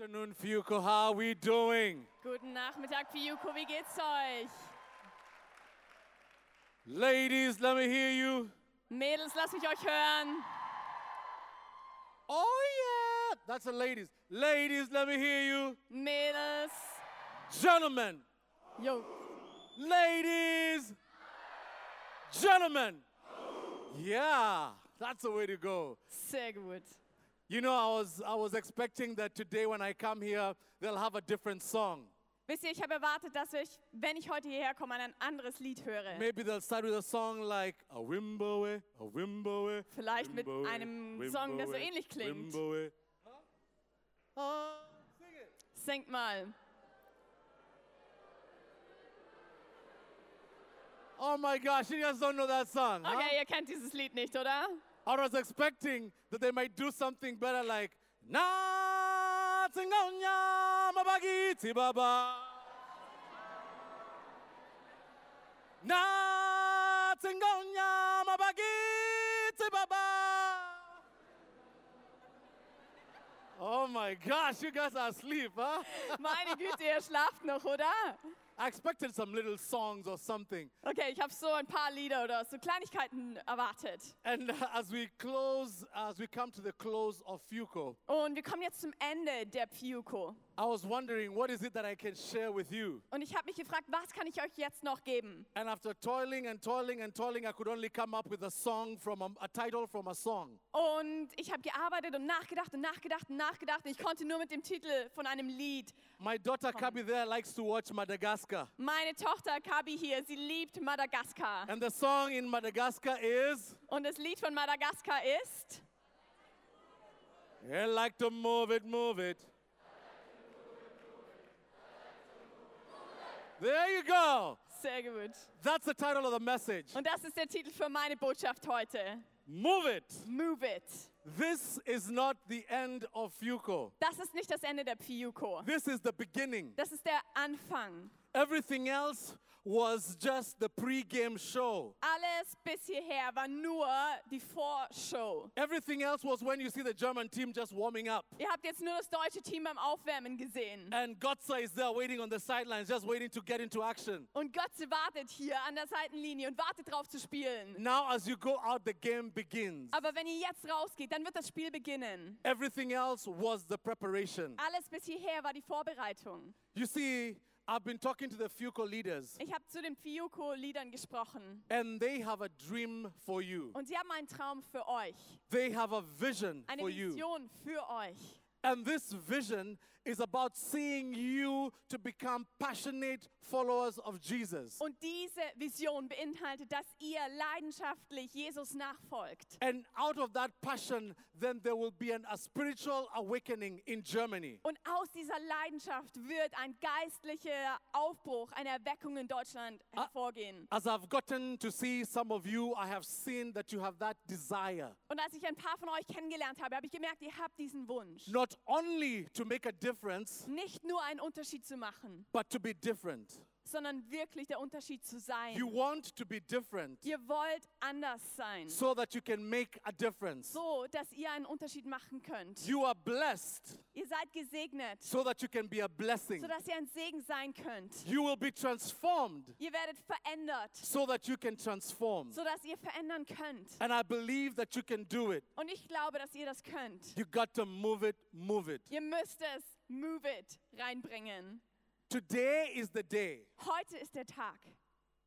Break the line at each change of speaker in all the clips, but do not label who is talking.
afternoon, Fuyuko. How are we doing?
Guten Nachmittag, Fiyuko, wie geht's euch?
Ladies, let me hear you.
Mädels, lasst mich euch hören.
Oh, yeah. That's the ladies. Ladies, let me hear you.
Mädels.
Gentlemen,
Yo.
ladies, gentlemen. Yeah, that's the way to go.
Sehr gut.
You know, I was, I was expecting that today when I come here, they'll have a different song.
Wisst ihr, ich habe erwartet, dass ich, wenn ich heute hierher komme, ein anderes Lied höre.
Maybe they'll start with a song like a Wimbowe, a Wimbowe.
Vielleicht mit einem Song, der so ähnlich klingt.
Wimbowe. Ah, sing it.
Singt mal.
Oh my gosh, you guys don't know that song. huh?
Okay, ihr kennt dieses Lied nicht, oder?
I was expecting that they might do something better like Na Tsingonya Mabagiti Baba. Na Tsingonya Mabagiti Baba. Oh my gosh, you guys are asleep, huh?
Meine Güte, ihr schlaft noch, oder?
I expected some little songs or something.
Okay, ich habe so ein paar Lieder oder so Kleinigkeiten erwartet.
And uh, as we close, as we come to the close of Fuco,
Und wir kommen jetzt zum Ende der Fiyuko.
I was wondering what is it that I can share with you?
Und ich habe mich gefragt, was kann ich euch jetzt noch geben?
And after toiling and toiling and toiling, I could only come up with a song from a, a title from a song.
Und ich habe gearbeitet und nachgedacht und nachgedacht und nachgedacht. Und ich konnte nur mit dem Titel von einem Lied.
My daughter Kabi there likes to watch Madagascar,
Meine Tochter Kabi hier, sie liebt Madagaskar.
and the song in Madagascar is
Und das Lied von Madagaskar ist.
"I like to move it, move it." There you go.
Sehr gut.
That's the title of the message.
Und das ist der Titel für meine Botschaft heute.
Move it.
Move it.
This is not the end of Fuco.
Das ist nicht das Ende der Piyuko.
This is the beginning.
Das ist der Anfang.
Everything else was just the pre-game show.
Alles bis hierher war nur die Vorshow.
Everything else was when you see the German team just warming up.
Ihr habt jetzt nur das deutsche Team beim Aufwärmen gesehen.
And Gotza is there waiting on the sidelines, just waiting to get into action.
Und Götze wartet hier an der Seitenlinie und wartet drauf zu spielen.
Now, as you go out, the game begins.
Aber wenn ihr jetzt rausgeht, dann wird das Spiel beginnen.
Everything else was the preparation.
Alles bis hierher war die Vorbereitung.
You see, I've been talking to the FUCO leaders,
Ich habe zu den Fiuko-Liedern gesprochen.
and they have a dream for you.
Und sie haben einen Traum für euch.
They have a vision
Eine
for you.
Vision für euch.
And this vision is about seeing you to become passionate followers of Jesus.
Und diese Vision beinhaltet, dass ihr leidenschaftlich Jesus nachfolgt.
And out of that passion, then there will be an, a spiritual awakening in Germany.
Und aus dieser Leidenschaft wird ein geistlicher Aufbruch, eine Erweckung in Deutschland
Ah.
hervorgehen.
As I've gotten to see some of you, I have seen that you have that desire
Und als ich ein paar von euch kennengelernt habe, habe ich gemerkt, ihr habt diesen Wunsch.
not only to make a difference,
Nicht nur einen Unterschied zu machen,
but to be different.
sondern wirklich der Unterschied zu
You
sein.
want to be different
Ihr wollt anders sein,
so that you can make a difference.
so dass ihr einen Unterschied machen könnt.
You are blessed
Ihr seid gesegnet,
so that you can be a blessing.
sodass ihr ein Segen sein könnt.
You will be transformed
Ihr werdet verändert,
so that you can transform.
sodass ihr verändern könnt.
And I believe that you can do it.
Und ich glaube, dass ihr das könnt.
You got to move it, move it.
Ihr müsst es, move it, reinbringen.
Today is the day.
Heute ist der Tag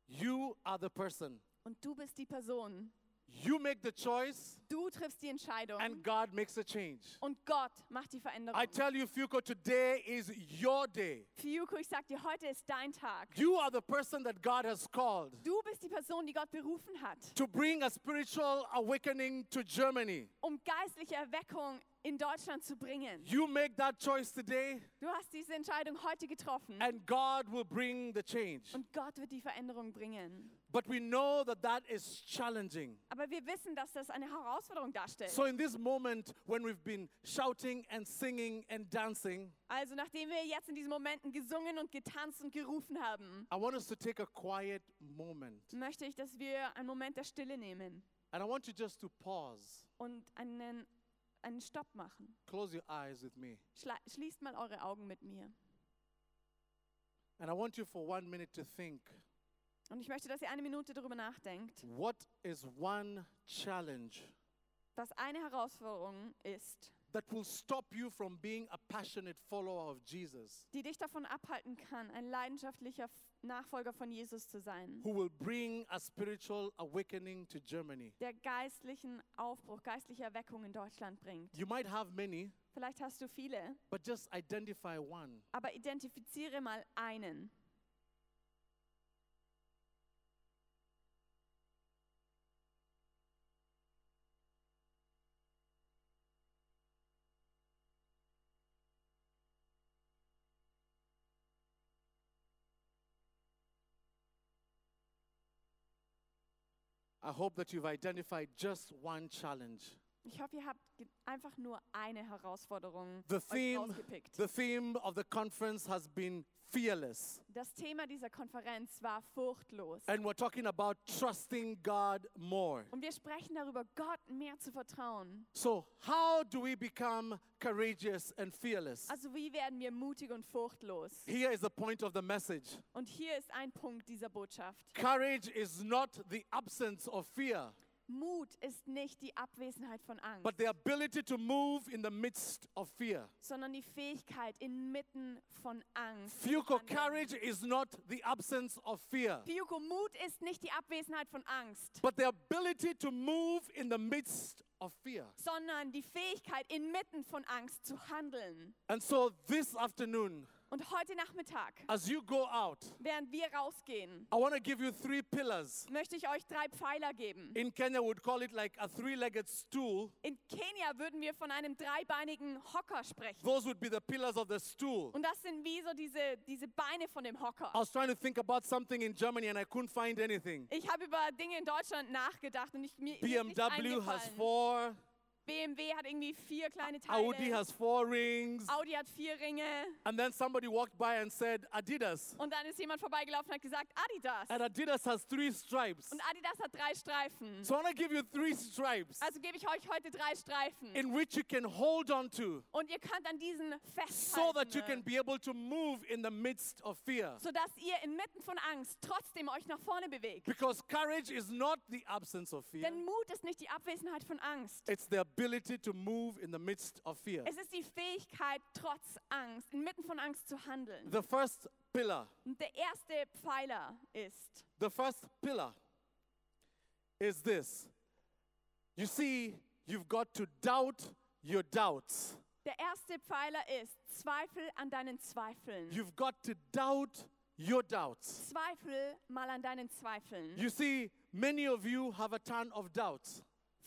You are the person.
und du bist die Person.
You make the choice,
Du triffst die Entscheidung
and God makes the change.
und Gott macht die Veränderung.
I tell you, Fuko, today is your day.
Fiyuko, ich sag dir, heute ist dein Tag.
You are the person that God has called
Du bist die Person, die Gott berufen hat,
to bring a spiritual awakening to Germany.
um geistliche Erweckung in Deutschland zu bringen.
You make that choice today,
Du hast diese Entscheidung heute getroffen
and God will bring the change.
und Gott wird die Veränderung bringen.
But we know that that is challenging.
Aber wir wissen, dass das eine Herausforderung darstellt.
So, in this moment, when we've been shouting and singing and dancing,
Also nachdem wir jetzt in diesen Momenten gesungen und getanzt und gerufen haben,
I want us to take a quiet moment.
möchte ich, dass wir einen Moment der Stille nehmen
And I want you just to pause
und einen, einen Stopp machen.
Close your eyes with me.
Schla schließt mal eure Augen mit mir.
And I want you for one minute to think
Und ich möchte, dass ihr eine Minute darüber nachdenkt,
what is one challenge
was eine Herausforderung ist,
that will stop you from being a passionate follower of Jesus,
die dich davon abhalten kann, ein leidenschaftlicher F- Nachfolger von Jesus zu sein,
who will bring a spiritual awakening to Germany?
der geistlichen Aufbruch, geistliche Erweckung in Deutschland bringt.
You might have many,
Vielleicht hast du viele,
but just identify one.
aber identifiziere mal einen.
I hope that you've identified just one challenge.
Ich hoffe, ihr habt ge- einfach nur eine Herausforderung
The
euch
theme,
rausgepickt.
the theme of the conference has been fearless.
Das Thema dieser Konferenz war furchtlos.
And we're talking about trusting God more.
Und wir sprechen darüber, Gott mehr zu vertrauen.
So, how do we become courageous and fearless?
Also wie werden wir mutig und furchtlos?
Here is the point of the message
Und hier ist ein Punkt dieser Botschaft.
courage is not the absence of fear,
Mut ist nicht die Abwesenheit von Angst,
but the ability to move in the midst of fear.
sondern die Fähigkeit, inmitten von Angst zu
Fuko,
handeln.
courage is not the absence of fear,
Fiuko, Mut ist nicht die Abwesenheit von Angst,
but the ability to move in the midst of fear.
sondern die Fähigkeit, inmitten von Angst zu handeln.
And so, this afternoon,
Und heute Nachmittag,
as you go out,
während wir rausgehen,
I want to give you three pillars.
möchte ich euch drei Pfeiler geben.
In Kenya, we'd call it like a three legged stool.
In Kenia würden wir von einem dreibeinigen Hocker sprechen.
Those would be the pillars of the stool.
Und das sind wie so diese, diese Beine von dem Hocker.
I was trying to think about something in Germany and I couldn't find anything.
Ich habe über Dinge in Deutschland nachgedacht und ich, mir mir ist nicht
BMW has
eingefallen.
four,
BMW hat irgendwie vier kleine Teile.
Audi has four rings.
Audi hat vier Ringe.
And then somebody walked by and said, Adidas.
Und dann ist jemand vorbeigelaufen und hat gesagt, Adidas.
And Adidas has three stripes.
Und Adidas hat drei Streifen.
So I want to give you three stripes
Also gebe ich euch heute drei Streifen.
in which you can hold on to
Und ihr könnt an diesen
so that you can
festhalten,
be able to move in the midst of fear.
sodass ihr inmitten von Angst trotzdem euch nach vorne bewegt.
Because courage is not the absence of fear,
Denn Mut ist nicht die Abwesenheit von Angst.
it's the ability to move in the midst of fear.
Es ist die Fähigkeit, trotz Angst, inmitten von Angst zu handeln.
The first pillar,
Und der erste Pfeiler ist,
the first pillar is this. You see, you've got to doubt your doubts.
der erste Pfeiler ist Zweifel an deinen Zweifeln.
You've got to doubt your doubts.
Zweifel mal an deinen Zweifeln.
You see, many of you have a ton of doubts,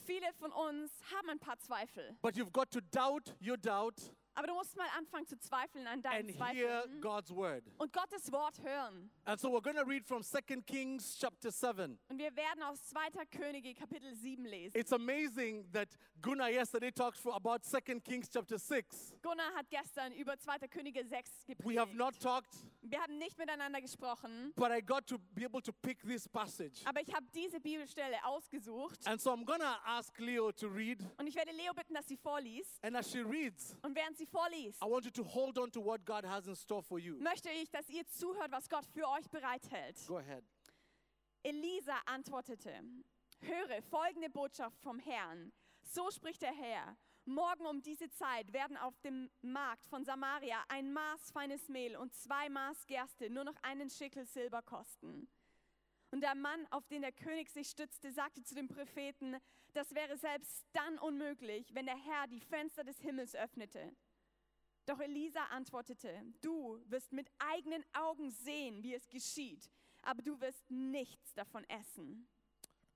Viele von uns haben ein paar Zweifel.
but you've got to doubt your doubt
Aber du musst mal anfangen zu zweifeln an
and
deinen
hear
Zweifeln
God's word.
und Gottes Wort hören.
And so we're going to read from 2 Kings chapter 7.
Und wir werden aus 2. Könige Kapitel 7 lesen.
It's amazing that Gunnar yesterday talked for about 2 Kings chapter 6.
Gunnar hat gestern über 2. Könige 6
We have
gepredigt.
not talked,
Wir haben nicht miteinander gesprochen,
but I got to be able to pick this passage.
aber ich habe diese Bibelstelle ausgesucht
And so I'm going to ask Leo to read.
und ich werde Leo bitten, dass sie vorliest.
And as she reads,
Und während sie vorliest,
I want you to hold on to what God has in store for you.
möchte ich, dass ihr zuhört, was Gott für euch bereithält.
Go ahead.
Elisa antwortete, höre folgende Botschaft vom Herrn. So spricht der Herr, morgen um diese Zeit werden auf dem Markt von Samaria ein Maß feines Mehl und zwei Maß Gerste nur noch einen Schickel Silber kosten. Und der Mann, auf den der König sich stützte, sagte zu dem Propheten, das wäre selbst dann unmöglich, wenn der Herr die Fenster des Himmels öffnete. Doch Elisa antwortete, du wirst mit eigenen Augen sehen, wie es geschieht, aber du wirst nichts davon essen.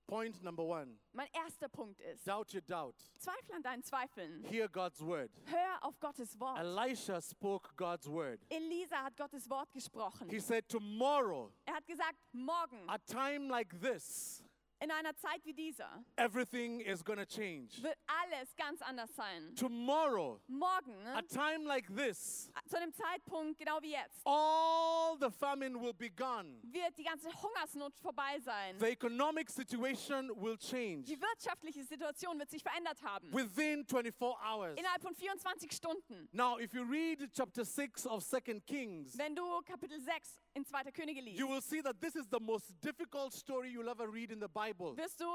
Point number one
Mein erster Punkt ist,
doubt your doubt.
zweifle an deinen Zweifeln.
Hear God's word.
Hör auf Gottes Wort.
Elisha spoke God's word.
Elisa hat Gottes Wort gesprochen.
He said, Tomorrow,
Er hat gesagt, morgen,
a time like this,
in einer Zeit wie dieser
everything is going to change.
wird alles ganz anders sein.
Tomorrow,
Morgen,
a time like this,
zu einem Zeitpunkt genau wie jetzt,
all the famine will be gone.
wird die ganze Hungersnot vorbei sein.
The economic situation will change
Die wirtschaftliche Situation wird sich verändert haben.
within 24 hours.
Innerhalb von 24 Stunden.
Now, if you read chapter 6 of 2 Kings,
Wenn du Kapitel 6 in 2. Könige liest,
you will see that this is the most difficult story you'll ever read in the Bible.
wirst du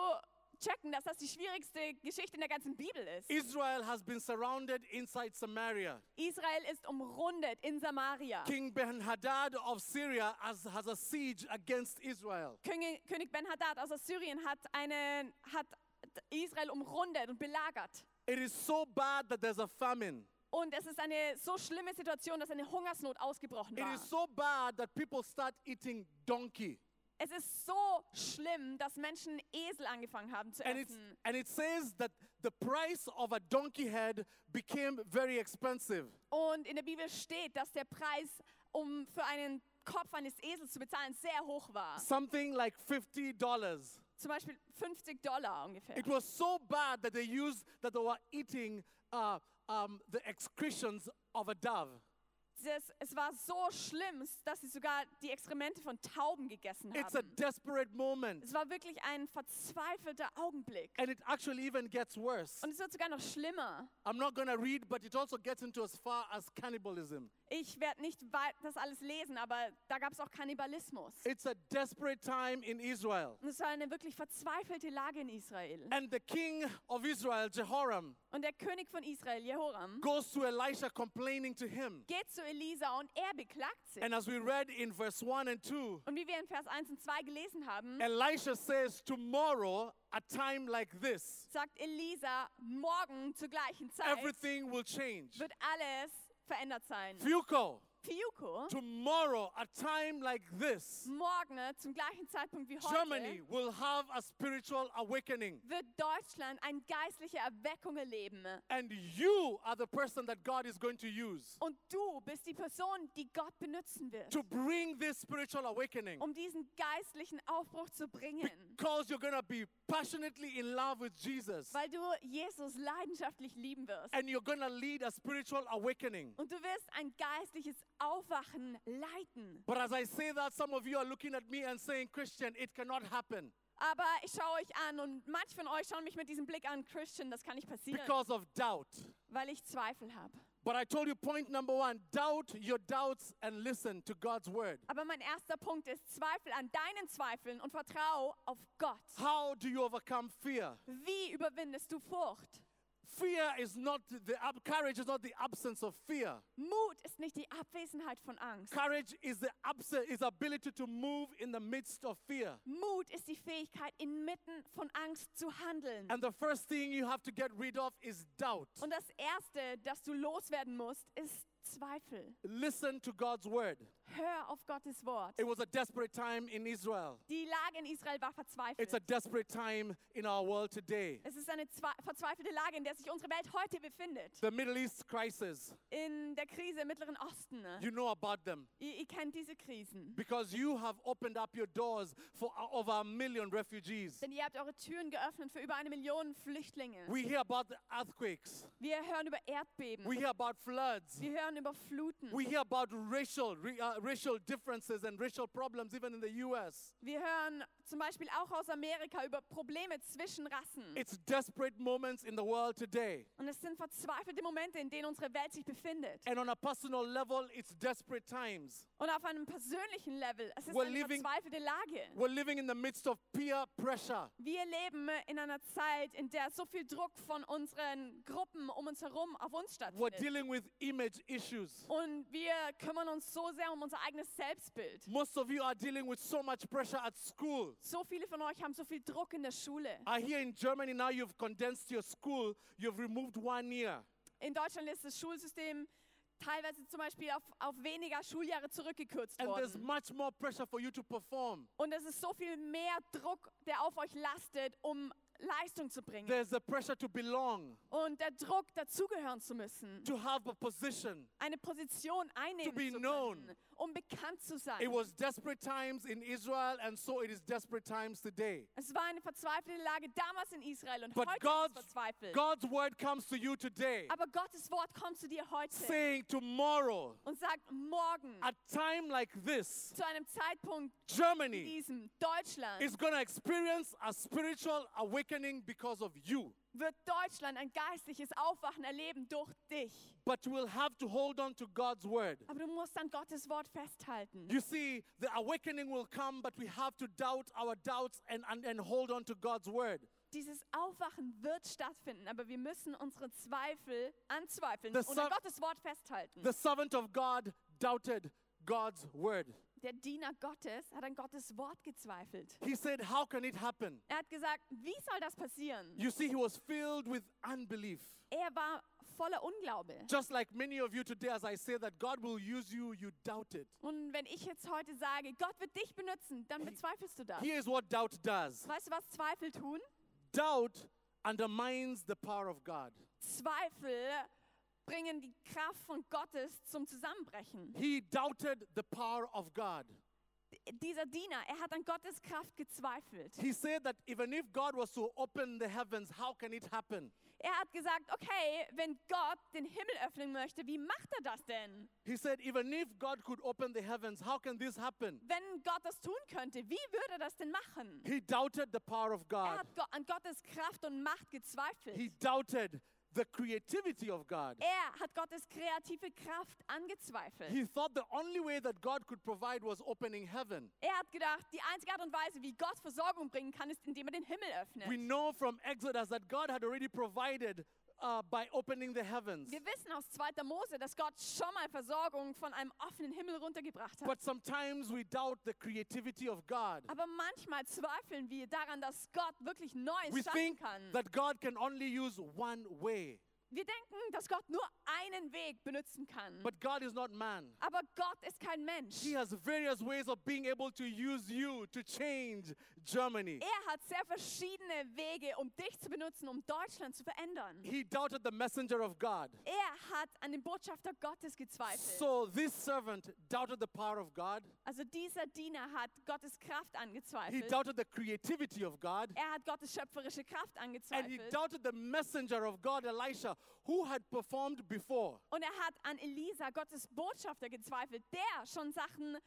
checken, dass das die schwierigste Geschichte in der ganzen Bibel ist.
Israel has been surrounded inside Samaria.
Israel ist umrundet in Samaria.
King Ben-Hadad of Syria has, has a siege against Israel.
König, König Ben-Hadad aus Assyrien hat, einen, hat Israel umrundet und belagert.
It is so bad that there's a famine.
Und es ist eine so schlimme Situation, dass eine Hungersnot ausgebrochen
It
war.
is so bad that people start eating donkey.
Es ist so schlimm, dass Menschen Esel angefangen haben zu
And, it's,
essen.
and it says that the price of a donkey head became very expensive.
Und in der Bibel steht, dass der Preis, um für einen Kopf eines Esels zu bezahlen, sehr hoch war.
Something like $50.
Zum Beispiel 50 Dollar ungefähr.
It was so bad that they used, that they were eating uh, um, the excretions of a dove.
Das, es war so schlimm, dass sie sogar die Exkremente von Tauben gegessen
It's a
haben.
desperate moment.
Es war wirklich ein verzweifelter Augenblick.
And it actually even gets worse.
Und es wird sogar noch schlimmer.
I'm not going to read, but it also gets into as far as cannibalism.
Ich werde nicht wei- das alles lesen, aber da gab es auch Kannibalismus.
It's a desperate time in Israel.
Und es war eine wirklich verzweifelte Lage in Israel.
And the king of Israel, Jehoram,
Und der König von Israel, Jehoram,
goes to Elisha complaining to him.
geht zu Elisa und er beklagt sich.
And as we read in verse 1 and 2,
Und wie wir in Vers 1 und 2 gelesen haben,
Elisha says, Tomorrow, a time like this,
sagt Elisa, morgen zur gleichen Zeit
everything will change.
wird alles verändert sein.
Fuko,
Fiuko,
tomorrow, a time like this,
morgen zum gleichen Zeitpunkt wie heute
Germany will have a spiritual awakening.
wird Deutschland eine geistliche Erweckung erleben.
And you are the person that God is going to use
Und du bist die Person, die Gott benutzen wird,
to bring this spiritual awakening.
um diesen geistlichen Aufbruch zu bringen.
Because you're going to be passionately in love with Jesus.
Weil du Jesus leidenschaftlich lieben wirst.
And you're going to lead a spiritual awakening.
Und du wirst ein geistliches Aufwachen leiten.
But as I say that, some of you are looking at me and saying, Christian, it cannot happen
Aber ich schaue euch an und manche von euch schauen mich mit diesem Blick an, Christian, das kann nicht passieren,
because of doubt.
weil ich Zweifel habe.
But I told you point number one doubt your doubts and listen to God's word.
Aber mein erster Punkt ist, Zweifel an deinen Zweifeln und vertrau auf Gott.
How do you overcome fear?
Wie überwindest du Furcht?
Fear is not the ab- courage is not the absence of fear.
Mut ist nicht die Abwesenheit von Angst.
Courage is the absence is ability to move in the midst of fear.
Mut ist die Fähigkeit, inmitten von Angst zu handeln.
And the first thing you have to get rid of is doubt.
Und das Erste, das du loswerden musst, ist Zweifel.
Listen to God's word.
Hör auf Gottes Wort.
It was a desperate time in Israel.
Die Lage in Israel war
It's a
verzweifelt.
desperate time in our world today.
Es ist eine zwe- verzweifelte Lage, in der sich unsere Welt heute befindet.
The Middle East crisis,
in der Krise im Mittleren Osten. Ne?
you know about them
Ihr, ihr kennt diese Krisen.
because you have opened up your doors for o- over a million refugees.
Denn ihr habt eure Türen geöffnet für über eine Million Flüchtlinge.
We hear about the earthquakes,
Wir hören über Erdbeben.
we hear about floods,
Wir hören über Fluten.
we hear about racial, re- uh, racial differences and racial problems, even in the US.
Wir hören zum Beispiel auch aus Amerika über Probleme zwischen Rassen.
It's desperate moments in the world today.
Und es sind verzweifelte Momente, in denen unsere Welt sich befindet.
And on a personal level, it's desperate times.
Und auf einem persönlichen Level, es ist
We're
eine
living-
verzweifelte Lage.
We're living in the midst of peer pressure.
Wir leben in einer Zeit, in der so viel Druck von unseren Gruppen um uns herum auf uns
We're
stattfindet.
dealing with image issues.
Und wir kümmern uns so sehr um unser eigenes Selbstbild.
Most of you are dealing with so much pressure at school.
So viele von euch haben so viel Druck in der Schule.
I hear in Germany now you've condensed your school, you've removed one year.
In Deutschland ist das Schulsystem teilweise zum Beispiel auf, auf weniger Schuljahre zurückgekürzt
And there's
worden.
much more pressure for you to perform.
Und es ist so viel mehr Druck, der auf euch lastet, um Leistung zu bringen
There's the pressure to belong,
und der Druck, dazugehören zu müssen,
to have a position.
eine Position einnehmen
be
zu
known.
können, um bekannt zu
It
sein.
was desperate times in Israel, and so it is desperate times today.
Es war eine verzweifelte Lage damals in Israel und
But
heute ist
God's,
es verzweifelt.
God's word comes to you today,
Aber Gottes Wort kommt zu dir heute
saying, Tomorrow,
und sagt, morgen,
at time like this,
zu einem Zeitpunkt wie
Germany
diesem, Deutschland,
is going to experience a spiritual awakening because of you.
wird Deutschland ein geistliches Aufwachen erleben durch dich.
But you will have to hold on to God's word.
Aber du musst an Gottes Wort festhalten.
You see, the awakening will come, but we have to doubt our doubts and, and, and hold on to God's word.
Dieses Aufwachen wird stattfinden, aber wir müssen unsere Zweifel anzweifeln
The
und an
Son-
Gottes Wort festhalten.
The servant of God doubted God's word.
Der Diener Gottes hat an Gottes Wort gezweifelt.
He said, How can it happen?
Er hat gesagt, wie soll das passieren?
You see, he was filled with unbelief.
Er war voller Unglaube.
Just like many of you today, as I say that God will use you, you doubt it.
Und wenn ich jetzt heute sage, Gott wird dich benutzen, dann bezweifelst du das.
Here's what doubt does
Weißt du, was Zweifel tun?
doubt undermines the power of God.
Zweifel bringen die Kraft von Gottes zum Zusammenbrechen.
He doubted the power of God.
Dieser Diener, er hat an Gottes Kraft gezweifelt.
He said that even if God was to open the heavens, how can it happen?
Er hat gesagt, okay, wenn Gott den Himmel öffnen möchte, wie macht er das denn?
He said, even if God could open the heavens, how can this happen?
Wenn Gott das tun könnte, wie würde er das denn machen?
He doubted the power of
Er
God.
hat Go- an Gottes Kraft und Macht
He
gezweifelt.
doubted the creativity of God.
Er hat Gottes kreative Kraft angezweifelt.
He thought the only way that God could provide was opening heaven.
Er hat gedacht, die einzige Art und Weise, wie Gott Versorgung bringen kann, ist, indem er den Himmel
We
öffnet.
know from Exodus that God had already provided uh, by opening the heavens.
Wir wissen aus 2. Mose, dass Gott schon mal Versorgung von einem offenen Himmel runtergebracht hat.
But sometimes we doubt the creativity of God.
Aber manchmal zweifeln wir daran, dass Gott wirklich
We
Neues schaffen
think
kann.
that God can only use one way.
Wir denken, dass Gott nur einen Weg benutzen kann.
But God is not man.
Aber Gott ist kein Mensch.
He has various ways of being able to use you to change Germany.
Er hat sehr verschiedene Wege, um dich zu benutzen, um Deutschland zu verändern.
He doubted the messenger of God.
Er hat an den Botschafter Gottes gezweifelt.
So this servant doubted the power of God.
Also dieser Diener hat Gottes Kraft
He
angezweifelt.
doubted the creativity of God.
Er hat Gottes schöpferische Kraft
And he
angezweifelt.
doubted the messenger of God, Elisha, who had performed before.
Und er hat an Elisa, Gottes Botschafter, gezweifelt, der schon Sachen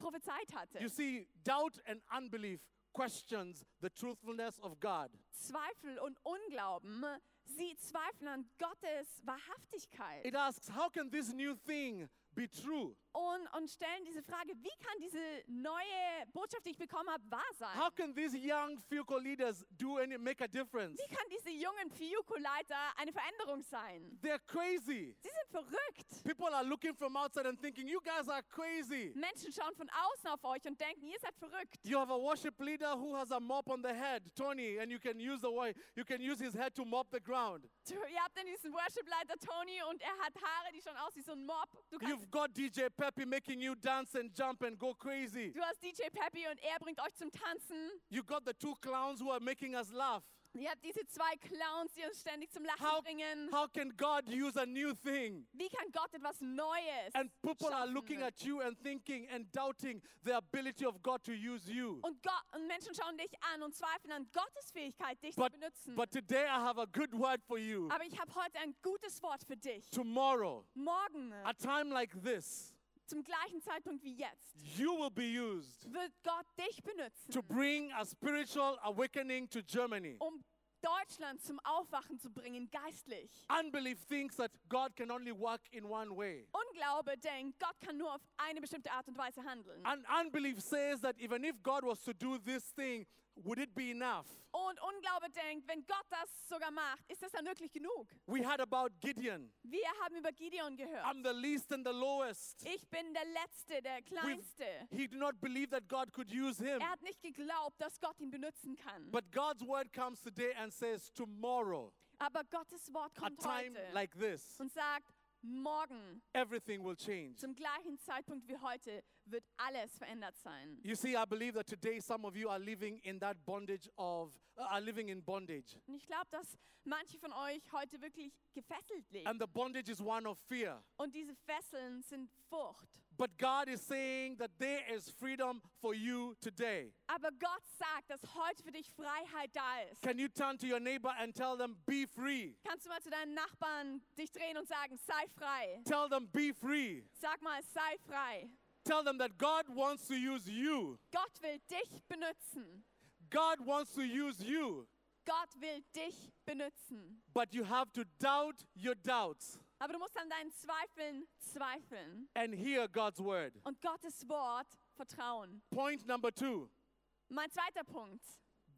prophezeit hatte.
You see, doubt and unbelief questions the truthfulness of God.
Zweifel und Unglauben, sie zweifeln an Gottes Wahrhaftigkeit.
It asks, how can this new thing be true?
und, und stellen diese Frage, wie kann diese neue Botschaft, die ich bekommen habe, wahr sein?
How can these young FIUCO leaders do any make a difference?
wie kann diese jungen Fiuko-Leiter eine Veränderung sein?
They're crazy.
Sie sind verrückt.
People are looking from outside and thinking, you guys are crazy.
Menschen schauen von außen auf euch und denken, ihr seid verrückt.
You have a worship leader who has a mop on the head, Tony, and you can use the way you can use his head to mop the ground.
Du, ihr habt dann diesen Worship-Leiter Tony und er hat Haare, die schon aus wie so ein Mob. Du, kannst,
You've got DJ Peppy making you dance and jump and go crazy.
du hast DJ Peppy und er bringt euch zum Tanzen.
You got the two clowns who are making us laugh.
Ihr habt diese zwei Clowns, die uns ständig zum Lachen
How,
bringen.
how can God use a new thing?
Wie kann Gott etwas Neues?
And people are
schaffen?
looking at you and thinking and doubting the ability of God to use you.
Und, Gott, und Menschen schauen dich an und zweifeln an Gottes Fähigkeit, dich
But,
zu benutzen.
but today I have a good word for you.
Aber ich habe heute ein gutes Wort für dich.
Tomorrow,
Morgen, äh,
at time like this,
zum gleichen Zeitpunkt wie jetzt,
you will be used
wird Gott dich benutzen,
to bring a spiritual awakening to Germany.
um Deutschland zum Aufwachen zu bringen, geistlich.
Unbelief thinks that God can only work in one way.
Unglaube denkt, Gott kann nur auf eine bestimmte Art und Weise handeln.
And unbelief says that even if God was to do this thing, would it be enough?
Und Unglaube denkt, wenn Gott das sogar macht, ist das dann wirklich genug?
We had about Gideon.
Wir haben über Gideon gehört.
I'm the least and the lowest.
Ich bin der Letzte, der
We've-
Kleinste.
he did not believe that God could use him.
Er hat nicht geglaubt, dass Gott ihn benutzen kann.
But God's word comes today and says, Tomorrow,
Aber Gottes Wort
a
kommt
time
heute
like this,
und sagt, morgen
everything will change.
zum gleichen Zeitpunkt wie heute wird alles verändert sein.
You see, I believe that today some of you are living in that bondage of, uh, are living in bondage.
Und ich glaube, dass manche von euch heute wirklich gefesselt leben.
And the bondage is one of fear.
Und diese Fesseln sind Furcht.
But God is saying that there is freedom for you today.
Aber Gott sagt, dass heute für dich Freiheit da ist.
Can you turn to your neighbor and tell them, be free?
Kannst du mal zu deinen Nachbarn dich drehen und sagen, sei frei.
Tell them, be free.
Sag mal, sei frei.
Tell them that God wants to use you.
Gott will dich benutzen.
God wants to use you.
Gott will dich benutzen.
But you have to doubt your doubts
Aber du musst an deinen Zweifeln zweifeln
and hear God's word.
und Gottes Wort vertrauen.
Point number two
Mein zweiter Punkt.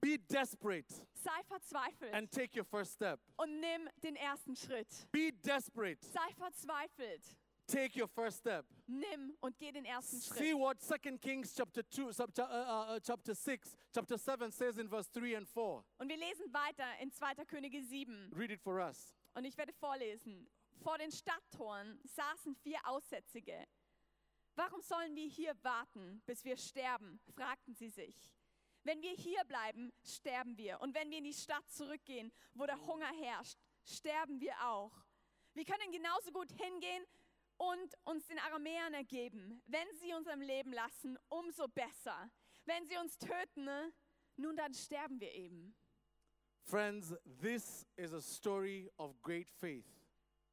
be desperate
Sei verzweifelt
and take your first step.
und nimm den ersten Schritt.
Be desperate,
Sei verzweifelt.
take your first step.
Nimm und geh den ersten
See
Schritt.
what 2 Kings chapter 2, chapter, uh, uh, uh, chapter 6, chapter 7 says in verse 3 and 4.
Und wir lesen weiter in 2. Könige 7.
Read it for us.
Und ich werde vorlesen. Vor den Stadttoren saßen vier Aussätzige. Warum sollen wir hier warten, bis wir sterben? fragten sie sich. Wenn wir hier bleiben, sterben wir. Und wenn wir in die Stadt zurückgehen, wo der Hunger herrscht, sterben wir auch. Wir können genauso gut hingehen und uns den Aramäern ergeben. Wenn sie uns am Leben lassen, umso besser. Wenn sie uns töten, ne? nun dann sterben wir eben.
Friends, this is a story of great faith.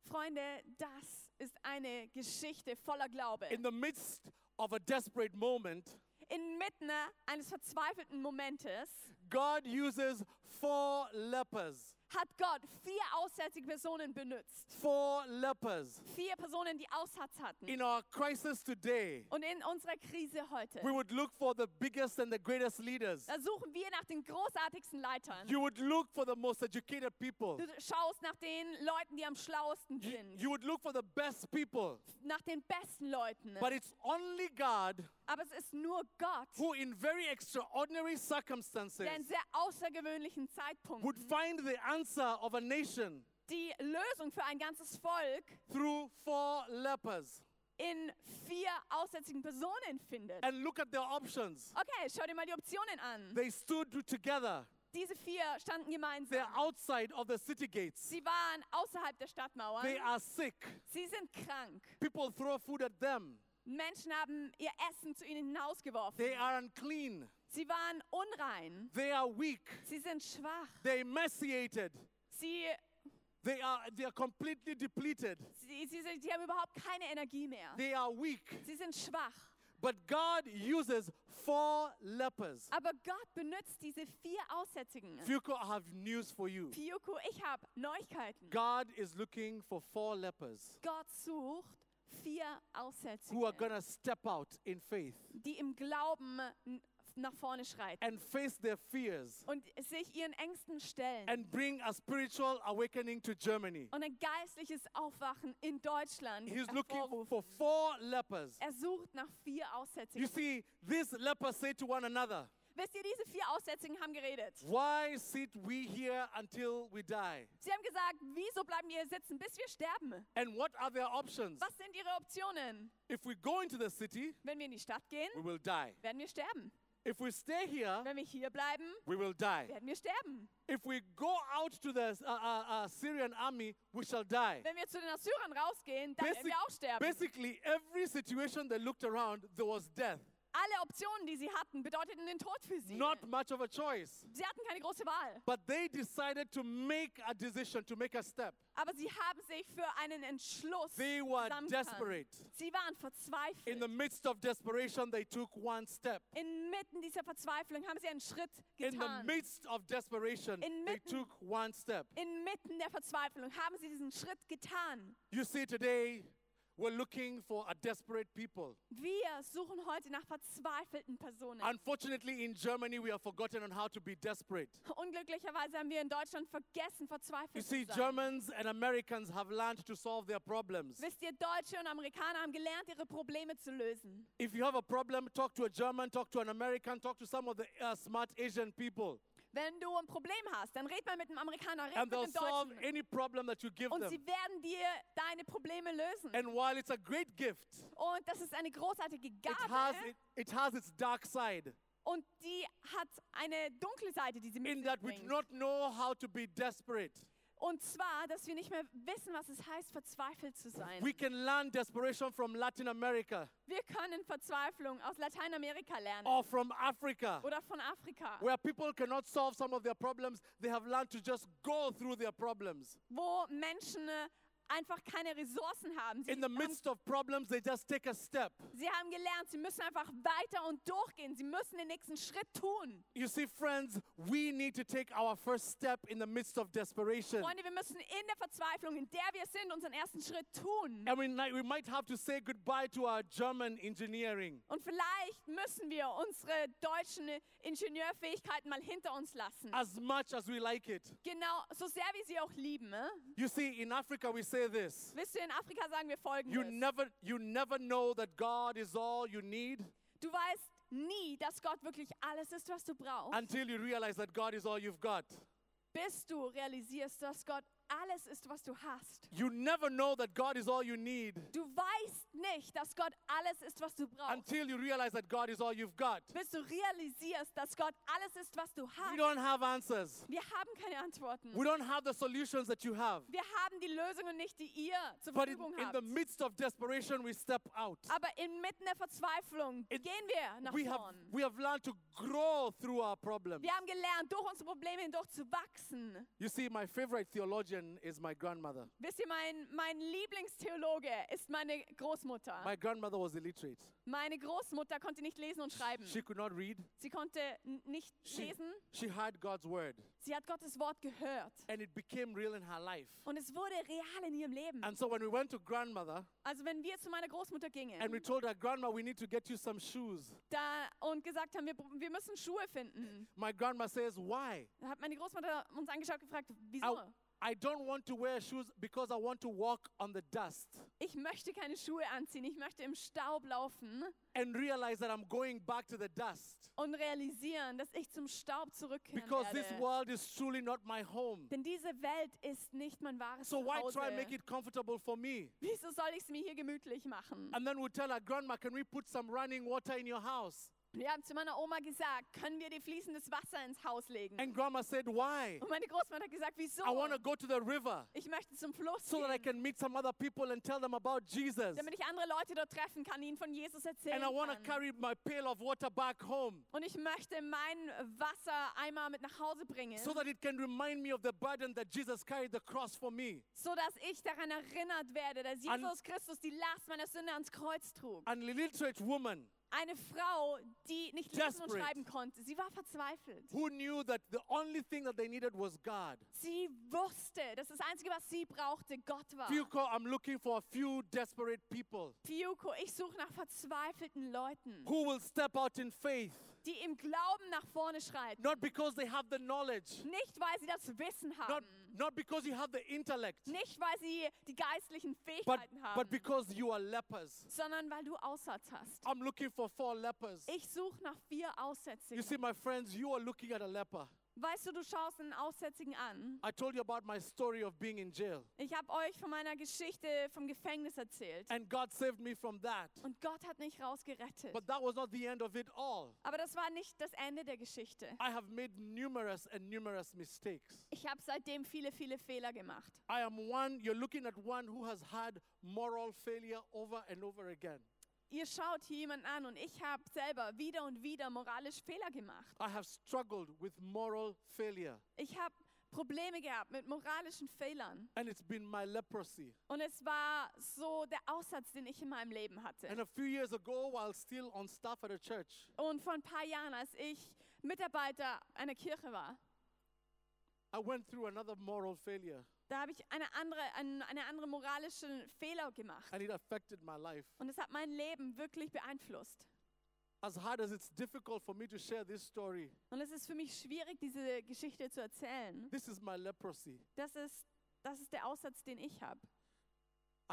Freunde, das ist eine Geschichte voller Glaube.
In the midst of a desperate moment,
Inmitten eines verzweifelten Momentes
God uses four lepers.
hat Gott vier aussätzige Personen benutzt.
Four lepers.
Vier Personen, die Aussatz hatten.
In our crisis today,
Und in unserer Krise heute,
we would look for the biggest and the greatest leaders.
da suchen wir nach den großartigsten Leitern.
You would look for the most educated people.
Du schaust nach den Leuten, die am schlauesten
You,
sind.
you would look for the best people.
Nach den besten Leuten.
But it's only God
Aber es ist nur Gott,
who, in very extraordinary circumstances,
der in sehr außergewöhnlichen
would
Zeitpunkten
find the answer of a nation
die Lösung für ein ganzes Volk
through four lepers.
in vier aussätzigen Personen findet.
And look at their options.
Okay, schau dir mal die Optionen an.
They stood together.
Diese vier standen
They're
gemeinsam.
outside of the city gates.
Sie waren außerhalb der Stadtmauern.
They are sick.
Sie sind krank.
People throw food at them.
Menschen haben ihr Essen zu ihnen
They
hinausgeworfen.
are unclean.
Sie waren unrein.
They are weak.
Sie sind schwach.
They're emaciated.
Sie,
They are, they are completely depleted.
sie, sie, sind, sie haben überhaupt keine Energie mehr.
They are weak.
Sie sind schwach.
But God uses four lepers.
Aber Gott benutzt diese vier Aussätzigen.
Fuko, I have news for you.
Fiuku, ich habe Neuigkeiten.
God is looking for four lepers
Gott sucht
who
vier
are
Aussätzige.
going to step out in faith
die im Glauben n- nach vorne schreiten
and face their fears
und sich ihren Ängsten stellen
and bring a spiritual awakening to Germany.
und ein geistliches Aufwachen in Deutschland
He's looking
hervorrufen.
for four lepers.
Er sucht nach vier
You
Aussätzigen.
see, these lepers say to one another,
Wisst ihr, diese vier Aussätzigen haben geredet.
Why sit we here until we die?
Sie haben gesagt, wieso bleiben wir hier sitzen, bis wir sterben?
And what are their options?
Was sind ihre Optionen?
If we go into the city,
Wenn wir in die Stadt gehen,
we will die.
werden wir sterben.
If we stay here,
Wenn wir hier bleiben,
we will die.
werden wir sterben.
If we go out to the uh, uh, uh, Syrian army, we shall die.
Wenn wir zu den Assyrern rausgehen, dann werden
Basic-
wir auch sterben.
basically, every situation they looked around, there was death.
Alle Optionen, die sie hatten, bedeuteten den Tod für sie.
Not much of a choice.
Sie hatten keine große Wahl.
But they decided to make a decision, to make a step.
Aber sie haben sich für einen Entschluss
They were
zusammengetan.
desperate.
Sie waren verzweifelt.
In the midst of desperation, they took one step.
Inmitten dieser Verzweiflung haben sie einen Schritt
In the
getan.
midst of desperation, they
Inmitten-
took one step.
Inmitten der Verzweiflung haben sie diesen Schritt getan.
You see, today we're looking for a desperate people.
Wir suchen heute nach verzweifelten Personen.
Unfortunately, in Germany, we have forgotten on how to be desperate.
Unglücklicherweise haben wir in Deutschland vergessen,
You
verzweifelt
see,
zu sein.
Germans and Americans have learned to solve their problems.
Wisst ihr, Deutsche und Amerikaner haben gelernt, ihre Probleme zu lösen.
If you have a problem, talk to a German, talk to an American, talk to some of the uh, smart Asian people.
Wenn du ein Problem hast, dann red mal mit einem Amerikaner, red
and
mit
they'll
einem
solve
Deutschen.
any problem that you give
Und
them.
sie werden dir deine Probleme lösen.
And while it's a great gift,
Und das ist eine großartige
it has,
Gabe.
it, it has its dark side
Und die hat eine dunkle Seite, die sie mit
in
sich
that we do
bringt.
not know how to be desperate.
Und zwar, dass wir nicht mehr wissen, was es heißt, verzweifelt zu sein.
We can learn desperation from Latin America
Wir können Verzweiflung aus Lateinamerika lernen
or from Africa,
oder von Afrika,
where people cannot solve some of their problems. They have learned to just go through their problems.
wo Menschen äh, einfach keine Ressourcen haben. Sie,
In the
haben,
midst of problems, they just take a step.
sie haben gelernt, sie müssen einfach weiter und durchgehen. Sie müssen den nächsten Schritt tun.
You see, friends, we need to take our first step in the midst of desperation.
Freunde, wir müssen in der Verzweiflung, in der wir sind, unseren ersten Schritt tun.
And we, ni- we might have to say goodbye to our German engineering.
Und vielleicht müssen wir unsere deutschen äh, Ingenieurfähigkeiten mal hinter uns lassen.
as much as we like it.
Genau, so sehr wir sie auch lieben. äh?
You see, in Africa we say this.
Wisst ihr, in Afrika sagen wir
You
folgendes.
never you never know that God is all you need
Du weißt nie, dass Gott wirklich alles ist, was du brauchst,
until you realize that God is all you've got.
bis du realisierst, dass Gott alles ist, was du hast.
You never know that God is all you need
Du weißt nicht, dass Gott alles ist, was du brauchst,
until you realize that God is all you've got.
bis du realisierst, dass Gott alles ist, was du
We
hast.
don't have answers.
Wir haben keine Antworten.
We don't have the solutions that you have.
Wir haben die Lösungen nicht, die ihr zur
But in,
Verfügung
in the
habt.
midst of desperation we step out.
Aber inmitten der Verzweiflung
In-
gehen wir nach
We have
vorn.
we have learned to grow through our problems.
Wir haben gelernt, durch unsere Probleme hindurch zu wachsen.
You see, my favorite theologian is my grandmother.
Wisst ihr, mein, mein Lieblingstheologe ist meine Großmutter.
My grandmother was illiterate.
Meine Großmutter konnte nicht lesen und schreiben.
She could not read.
Sie konnte n- nicht
She-
lesen.
She heard God's word
Sie hat Gottes Wort gehört.
and it became real in her life.
Und es wurde real in ihrem Leben.
And so when we went to grandmother
Also wenn wir zu meiner Großmutter
and we
gingen
told her, Grandma, we need to get you some shoes,
da, und gesagt haben, wir, br- wir müssen Schuhe finden,
my grandma says, Why?
da hat meine Großmutter uns angeschaut und gefragt, wieso?
Au. I don't want to wear shoes because I want to walk on the dust
Ich möchte keine Schuhe anziehen, ich möchte im Staub laufen
and realize that I'm going back to the dust
und realisieren, dass ich zum Staub zurückkehren
because this
werde.
world is truly not my home.
Denn diese Welt ist nicht mein wahres
So why
Zuhause.
try and make it comfortable for me?
Wieso soll ich es mir hier gemütlich machen?
And then we tell her, Grandma, can we put some running water in your house?
Wir haben zu meiner Oma gesagt, können wir dir fließendes Wasser ins Haus legen?
And Grandma said, Why?
Und meine Großmutter hat gesagt, wieso?
I want to go to the river.
Ich möchte zum Fluss
so that I
gehen,
can meet some other people and tell them about Jesus.
damit ich andere Leute dort treffen kann, ihnen von Jesus erzählen
And I want to
kann.
carry my pail of water back home
Und ich möchte meinen Wassereimer mit nach Hause bringen,
so that it can remind me of the burden that Jesus carried the cross for me.
so dass ich daran erinnert werde, dass
An-
Jesus Christus die Last meiner Sünde ans Kreuz trug.
An illiterate woman
Eine Frau, die nicht lesen und
Desperate.
schreiben konnte. Sie war verzweifelt.
who knew that the only thing that they needed was God.
Sie wusste, dass das Einzige, was sie brauchte, Gott war.
Fuko, I'm looking for a few desperate people
Fiuko, ich suche nach verzweifelten Leuten.
who will step out in faith,
die im Glauben nach vorne schreiten.
not because they have the knowledge,
Nicht, weil sie das Wissen
not,
haben.
not because you have the intellect,
Nicht, weil sie die geistlichen
but,
Fähigkeiten
but
haben.
because you are lepers.
Sondern weil du Aussatz hast.
I'm looking for four lepers.
Ich suche nach vier
You
Aussätzigen.
see, my friends, you are looking at a leper.
Weißt du, du schaust einen Aussätzigen an.
I told you about my story of being in jail,
Ich habe euch von meiner Geschichte vom Gefängnis erzählt.
and God saved me from that.
Und Gott hat mich rausgerettet.
But that was not the end of it all.
Aber das war nicht das Ende der Geschichte.
I have made numerous and numerous mistakes.
Ich habe seitdem viele, viele Fehler gemacht.
I am one, you're looking at one who has had moral failure over and over again.
Ihr schaut hier jemanden an und ich habe selber wieder und wieder moralisch Fehler gemacht.
I have struggled with moral failure,
Ich habe Probleme gehabt mit moralischen Fehlern.
and it's been my leprosy.
Und es war so der Aussatz, den ich in meinem Leben
And
hatte.
a few years ago, while still on staff at a church,
Und vor ein paar Jahren, als ich Mitarbeiter einer Kirche war,
I went through another moral failure,
da habe ich eine andere, einen, eine andere moralische Fehler gemacht.
and it affected my life.
Und es hat mein Leben wirklich beeinflusst.
As hard as it's difficult for me to share this story,
Und es ist für mich schwierig, diese Geschichte zu erzählen.
this is my leprosy.
Das ist, das ist der Aussatz, den ich habe.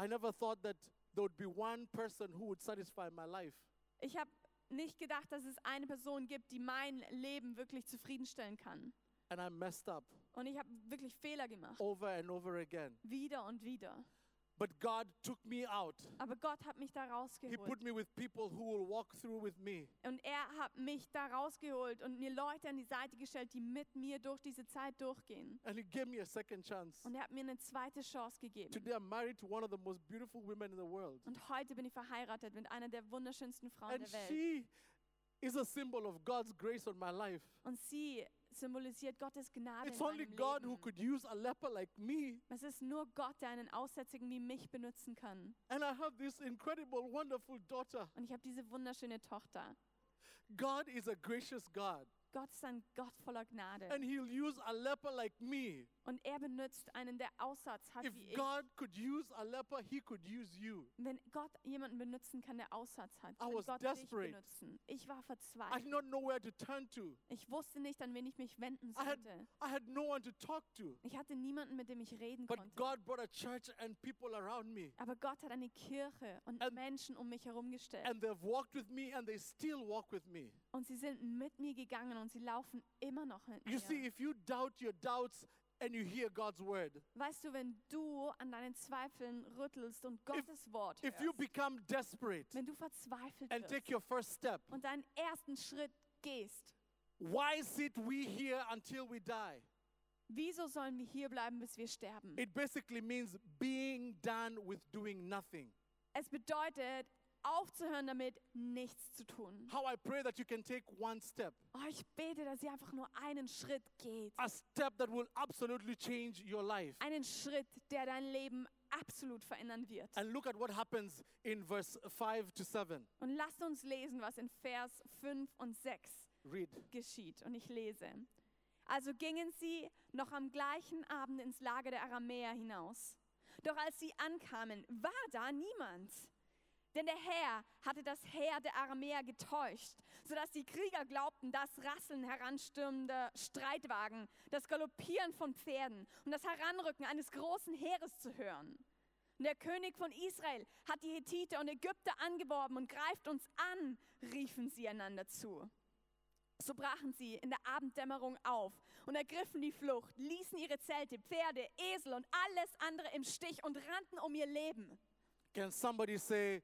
I never thought that there would be one person who would satisfy my life.
Ich habe nicht gedacht, dass es eine Person gibt, die mein Leben wirklich zufriedenstellen kann.
and I messed up
Und ich habe wirklich Fehler gemacht.
over and over again.
Wieder und wieder.
But God took me out.
Aber Gott hat mich da
He
rausgeholt.
put me with people who will walk through with me.
Und er hat mich da rausgeholt und mir Leute an die Seite gestellt, die mit mir durch diese Zeit durchgehen.
And He gave me a second chance.
Und er hat mir eine zweite Chance gegeben.
Today I'm married to one of the most beautiful women in the world.
Und heute bin ich verheiratet mit einer der wunderschönsten Frauen
And
der Welt.
she is a symbol of God's grace on my life.
Und sie symbolisiert Gottes Gnade.
It's
in
only
meinem
God who
Leben.
could use a leper like me.
Es ist nur Gott, der einen Aussätzigen wie mich benutzen kann.
And I have this incredible, wonderful daughter.
Und ich habe diese wunderschöne Tochter.
God is a gracious God.
Gott ist ein Gott voller Gnade.
And He'll use a leper like me.
Und er benutzt einen, der Aussatz hat
If
wie ich.
God could use a leper, He could use you.
Wenn Gott jemanden benutzen kann, der Aussatz hat, kann
I was
Gott dich
desperate.
benutzen. Ich war
I did
verzweifelt.
not know where to turn to.
Ich wusste nicht, an wen ich mich wenden
I had,
sollte.
I had no one to talk to.
Ich hatte niemanden, mit dem ich reden
But
konnte.
God brought a church and people around me.
Aber Gott hat eine Kirche und
And-
Menschen um mich herum gestellt.
And they've walked with me and they still walk with me.
Und sie sind mit mir gegangen und sie laufen immer noch mit
You
mir.
see, if you doubt your doubts and you hear God's word,
weißt du, wenn du an deinen Zweifeln rüttelst und Gottes Wort
if
hörst,
you become desperate
wenn du verzweifelt
and
wirst
take your first step,
und deinen ersten Schritt gehst,
why sit we here until we die?
wieso sollen wir hier bleiben, bis wir sterben?
It basically means being done with doing nothing.
Es bedeutet, aufzuhören damit, nichts zu tun.
How I pray that you can take one step,
Oh, ich bete, dass ihr einfach nur einen Schritt geht.
a step that will absolutely change your life.
Einen Schritt, der dein Leben absolut verändern wird.
And look at what happens in verse 5 to 7.
Und lasst uns lesen, was in Vers 5 und 6
Read.
geschieht. Und ich lese. Also gingen sie noch am gleichen Abend ins Lager der Aramäer hinaus. Doch als sie ankamen, war da niemand. Denn der Herr hatte das Heer der Aramäer getäuscht, sodass die Krieger glaubten, das Rasseln heranstürmender Streitwagen, das Galoppieren von Pferden und das Heranrücken eines großen Heeres zu hören. Und der König von Israel hat die Hethiter und Ägypter angeworben und greift uns an, riefen sie einander zu. So brachen sie in der Abenddämmerung auf und ergriffen die Flucht, ließen ihre Zelte, Pferde, Esel und alles andere im Stich und rannten um ihr Leben.
Can somebody say,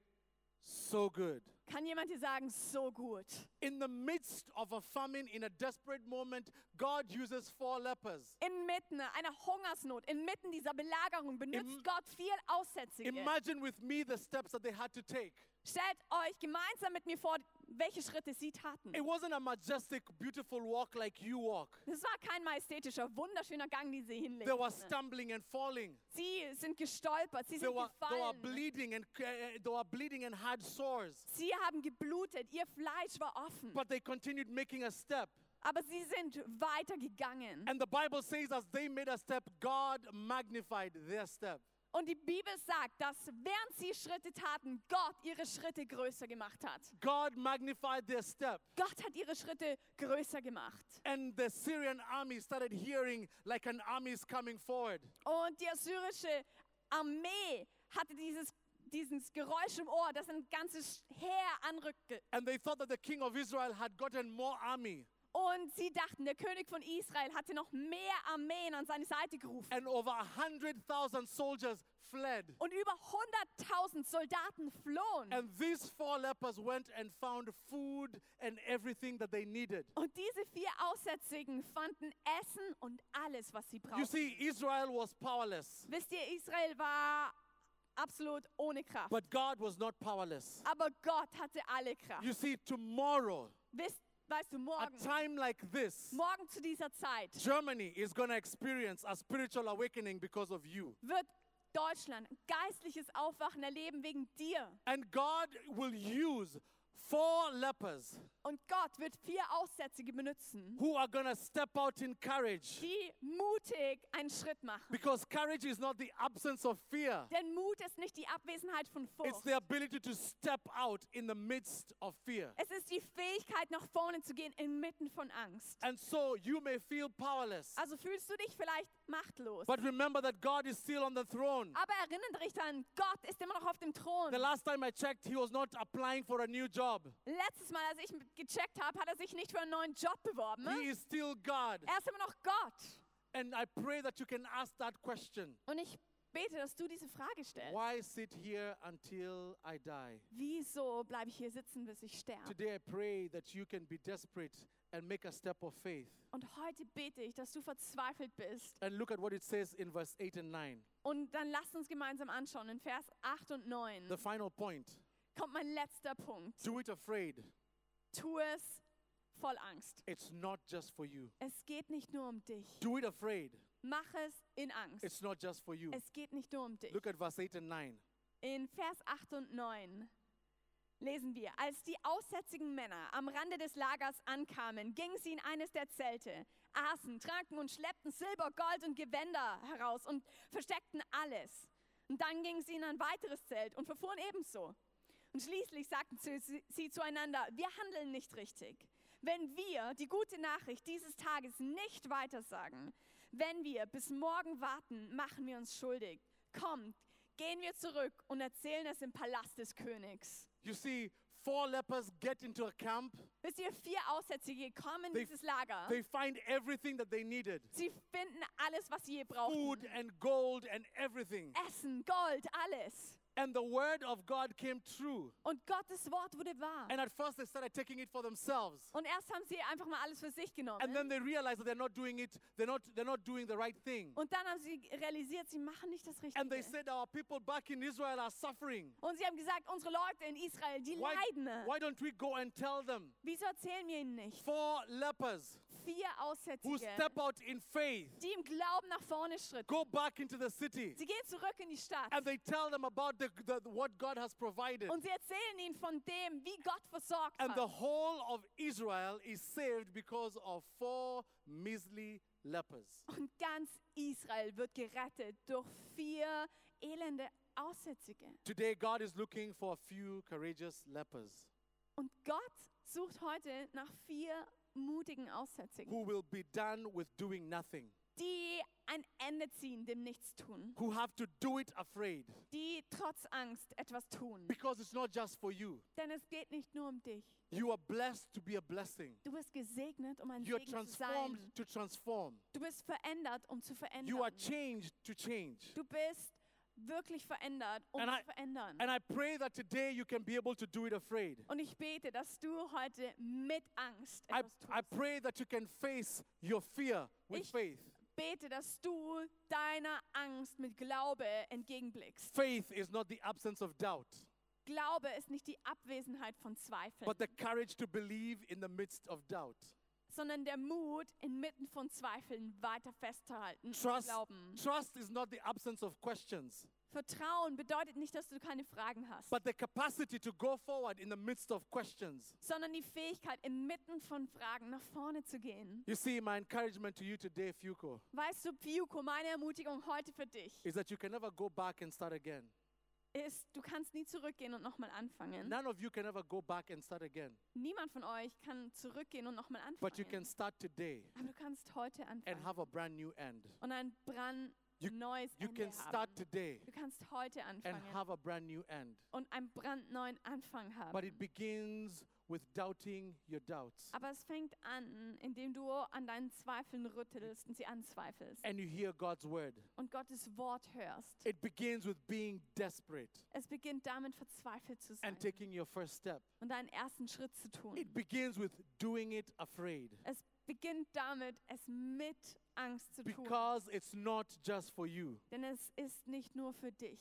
so good?
Kann jemand hier sagen, so gut?
In the midst of a famine, in a desperate moment, God uses four lepers.
Inmitten einer Hungersnot, inmitten dieser Belagerung benutzt
Im-
Gott viel Aussätzige.
Imagine with me the steps that they had to take.
Stellt euch gemeinsam mit mir vor, welche Schritte sie taten.
It wasn't a majestic, beautiful walk like you walk.
Es war kein majestätischer, wunderschöner Gang, den sie
They were
hinlegten.
stumbling and falling.
Sie sind gestolpert, sie
They
sind
were, they were
gefallen.
bleeding and uh, they were bleeding and had sores.
Sie haben geblutet, ihr Fleisch war offen.
But they continued making a step.
Aber sie sind weitergegangen.
And the Bible says, as they made a step, God magnified their step.
Und die Bibel sagt, dass während sie Schritte taten, Gott ihre Schritte größer gemacht hat.
God magnified their step.
Gott hat ihre Schritte größer gemacht.
And the Syrian army started hearing like an army is coming forward.
Und die assyrische Armee hatte dieses, dieses Geräusch im Ohr, dass ein ganzes Heer anrückte.
And they thought that the king of Israel had gotten more army.
Und sie dachten, der König von Israel hatte noch mehr Armeen an seine Seite gerufen.
And over a 100,000 soldiers fled.
Und über 100.000 Soldaten flohen.
And these four lepers went and found food and everything that they needed.
Und diese vier Aussätzigen fanden Essen und alles, was sie brauchten.
You see, Israel was powerless,
Wisst ihr, Israel war absolut ohne Kraft.
but God was not powerless.
Aber Gott hatte alle Kraft.
You see, tomorrow,
Wisst, weißt du, morgen,
a time like this,
morgen zu dieser Zeit
Germany is going to experience a spiritual awakening because of you.
wird Deutschland ein geistliches Aufwachen erleben wegen dir.
And God will use four lepers
Und Gott wird vier Aussätzige benutzen,
who are going to step out in courage.
die mutig einen Schritt machen.
Because courage is not the absence of fear,
Denn Mut ist nicht die Abwesenheit von
it's
Furcht.
the ability to step out in the midst of fear.
Es ist die Fähigkeit, nach vorne zu gehen inmitten von Angst.
And so you may feel powerless.
Also fühlst du dich vielleicht machtlos.
But remember that God is still on the throne.
Aber erinnere dich daran, Gott ist immer noch auf dem Thron.
The last time I checked, he was not applying for a new job.
Letztes Mal, als ich gecheckt habe, hat er sich nicht für einen neuen Job beworben.
He is still God.
Er ist immer noch Gott.
And I pray that you can ask that question.
Und ich bete, dass du diese Frage stellst.
Why sit here until I die?
Wieso bleibe ich hier sitzen, bis ich sterbe?
Today I pray that you can be desperate and make a step of faith.
Und heute bete ich, dass du verzweifelt bist.
And look at what it says in verse 8 and 9.
Und dann lasst uns gemeinsam anschauen. In Vers 8 und 9
The final point.
kommt mein letzter Punkt.
Do it afraid.
Tu es voll Angst.
It's not just for you.
Es geht nicht nur um dich.
Do it afraid.
Mach es in Angst.
It's not just for you.
Es geht nicht nur um dich.
Look at verse 8 and 9.
In Vers 8 und 9 lesen wir, als die aussätzigen Männer am Rande des Lagers ankamen, gingen sie in eines der Zelte, aßen, tranken und schleppten Silber, Gold und Gewänder heraus und versteckten alles. Und dann gingen sie in ein weiteres Zelt und verfuhren ebenso. Und schließlich sagten sie, sie zueinander, wir handeln nicht richtig. Wenn wir die gute Nachricht dieses Tages nicht weitersagen, wenn wir bis morgen warten, machen wir uns schuldig. Kommt, gehen wir zurück und erzählen es im Palast des Königs.
You see, four lepers get into a camp.
Wisst ihr, vier Aussätzige kommen in
They-
dieses Lager.
They find everything that they needed
Sie finden alles, was sie je brauchen.
food and gold and everything.
Essen, Gold, alles.
And the word of God came true.
Und Gottes Wort wurde wahr.
And at first they started taking it for themselves.
Und erst haben sie einfach mal alles für sich
And
genommen.
then they realize that they're not doing it, they're not, they're not doing the right thing.
Und dann haben sie realisiert, sie machen nicht das
And they
Richtige.
said, Our people back in Israel are suffering.
Und sie haben gesagt, unsere Leute in Israel, die
Why,
leiden.
why don't we go and tell them?
Wieso erzählen wir ihnen nicht?
Four lepers
Vier
who
Aussätzige,
step out in faith
die im Glauben nach vorne schritten.
go back into the city
Sie gehen zurück in die Stadt.
and they tell them about the, the, what God has provided.
Und sie erzählen ihnen von dem, wie Gott versorgt
And
hat.
the whole of Israel is saved because of four measly lepers.
Und ganz Israel wird gerettet durch vier elende Aussätzige.
Today, God is looking for a few courageous lepers
Und Gott sucht heute nach vier mutigen Aussätzigen,
who will be done with doing nothing,
die ein Ende ziehen dem Nichtstun,
who have to do it afraid
die trotz Angst etwas tun.
because it's not just for you.
Denn es geht nicht nur um dich.
You are blessed to be a blessing.
Du bist gesegnet, um ein
You are
Segen zu
transformed
sein.
to transform.
Du bist verändert, um zu
You are
verändern.
changed to change.
Du bist wirklich verändert, um
And
zu
I-
verändern.
And I pray that today you can be able to do it afraid.
Und ich bete, dass du heute mit Angst
I,
etwas
I
tust.
pray that you can face your fear with
Ich-
faith.
bete, dass du deiner Angst mit Glaube entgegenblickst.
Faith is not the absence of doubt,
Glaube ist nicht die Abwesenheit von Zweifeln,
but the courage to believe in the midst of doubt.
sondern der Mut, inmitten von Zweifeln weiter festzuhalten und
Trust,
glauben.
trust is not the absence of questions,
Vertrauen bedeutet nicht, dass du keine Fragen hast,
but the capacity to go forward in the midst of questions.
sondern die Fähigkeit, inmitten von Fragen nach vorne zu gehen.
You see, my encouragement to you today, Fuko,
Weißt du, Piuko, meine Ermutigung heute für dich
is that you can never go back and start again.
ist, du kannst nie zurückgehen und nochmal anfangen.
None of you can ever go back and start again,
Niemand von euch kann zurückgehen und nochmal
but you can
anfangen.
start today
Aber du kannst heute
and
anfangen.
have a brand new end.
und ein
You-
brandneues
You
Ende
can start
haben.
today
Du kannst heute
and
anfangen
have a brand new end.
und einen brandneuen Anfang haben.
But it begins with doubting your doubts.
Aber es fängt an, indem du an deinen Zweifeln rüttelst und sie anzweifelst
And you hear God's word.
und Gottes Wort hörst.
It begins with being desperate
Es beginnt damit, verzweifelt zu sein
and taking your first step.
und deinen ersten Schritt zu tun.
It begins with doing it afraid
Es beginnt damit, es mit Angst zu tun.
because it's not just for you.
Denn es ist nicht nur für dich.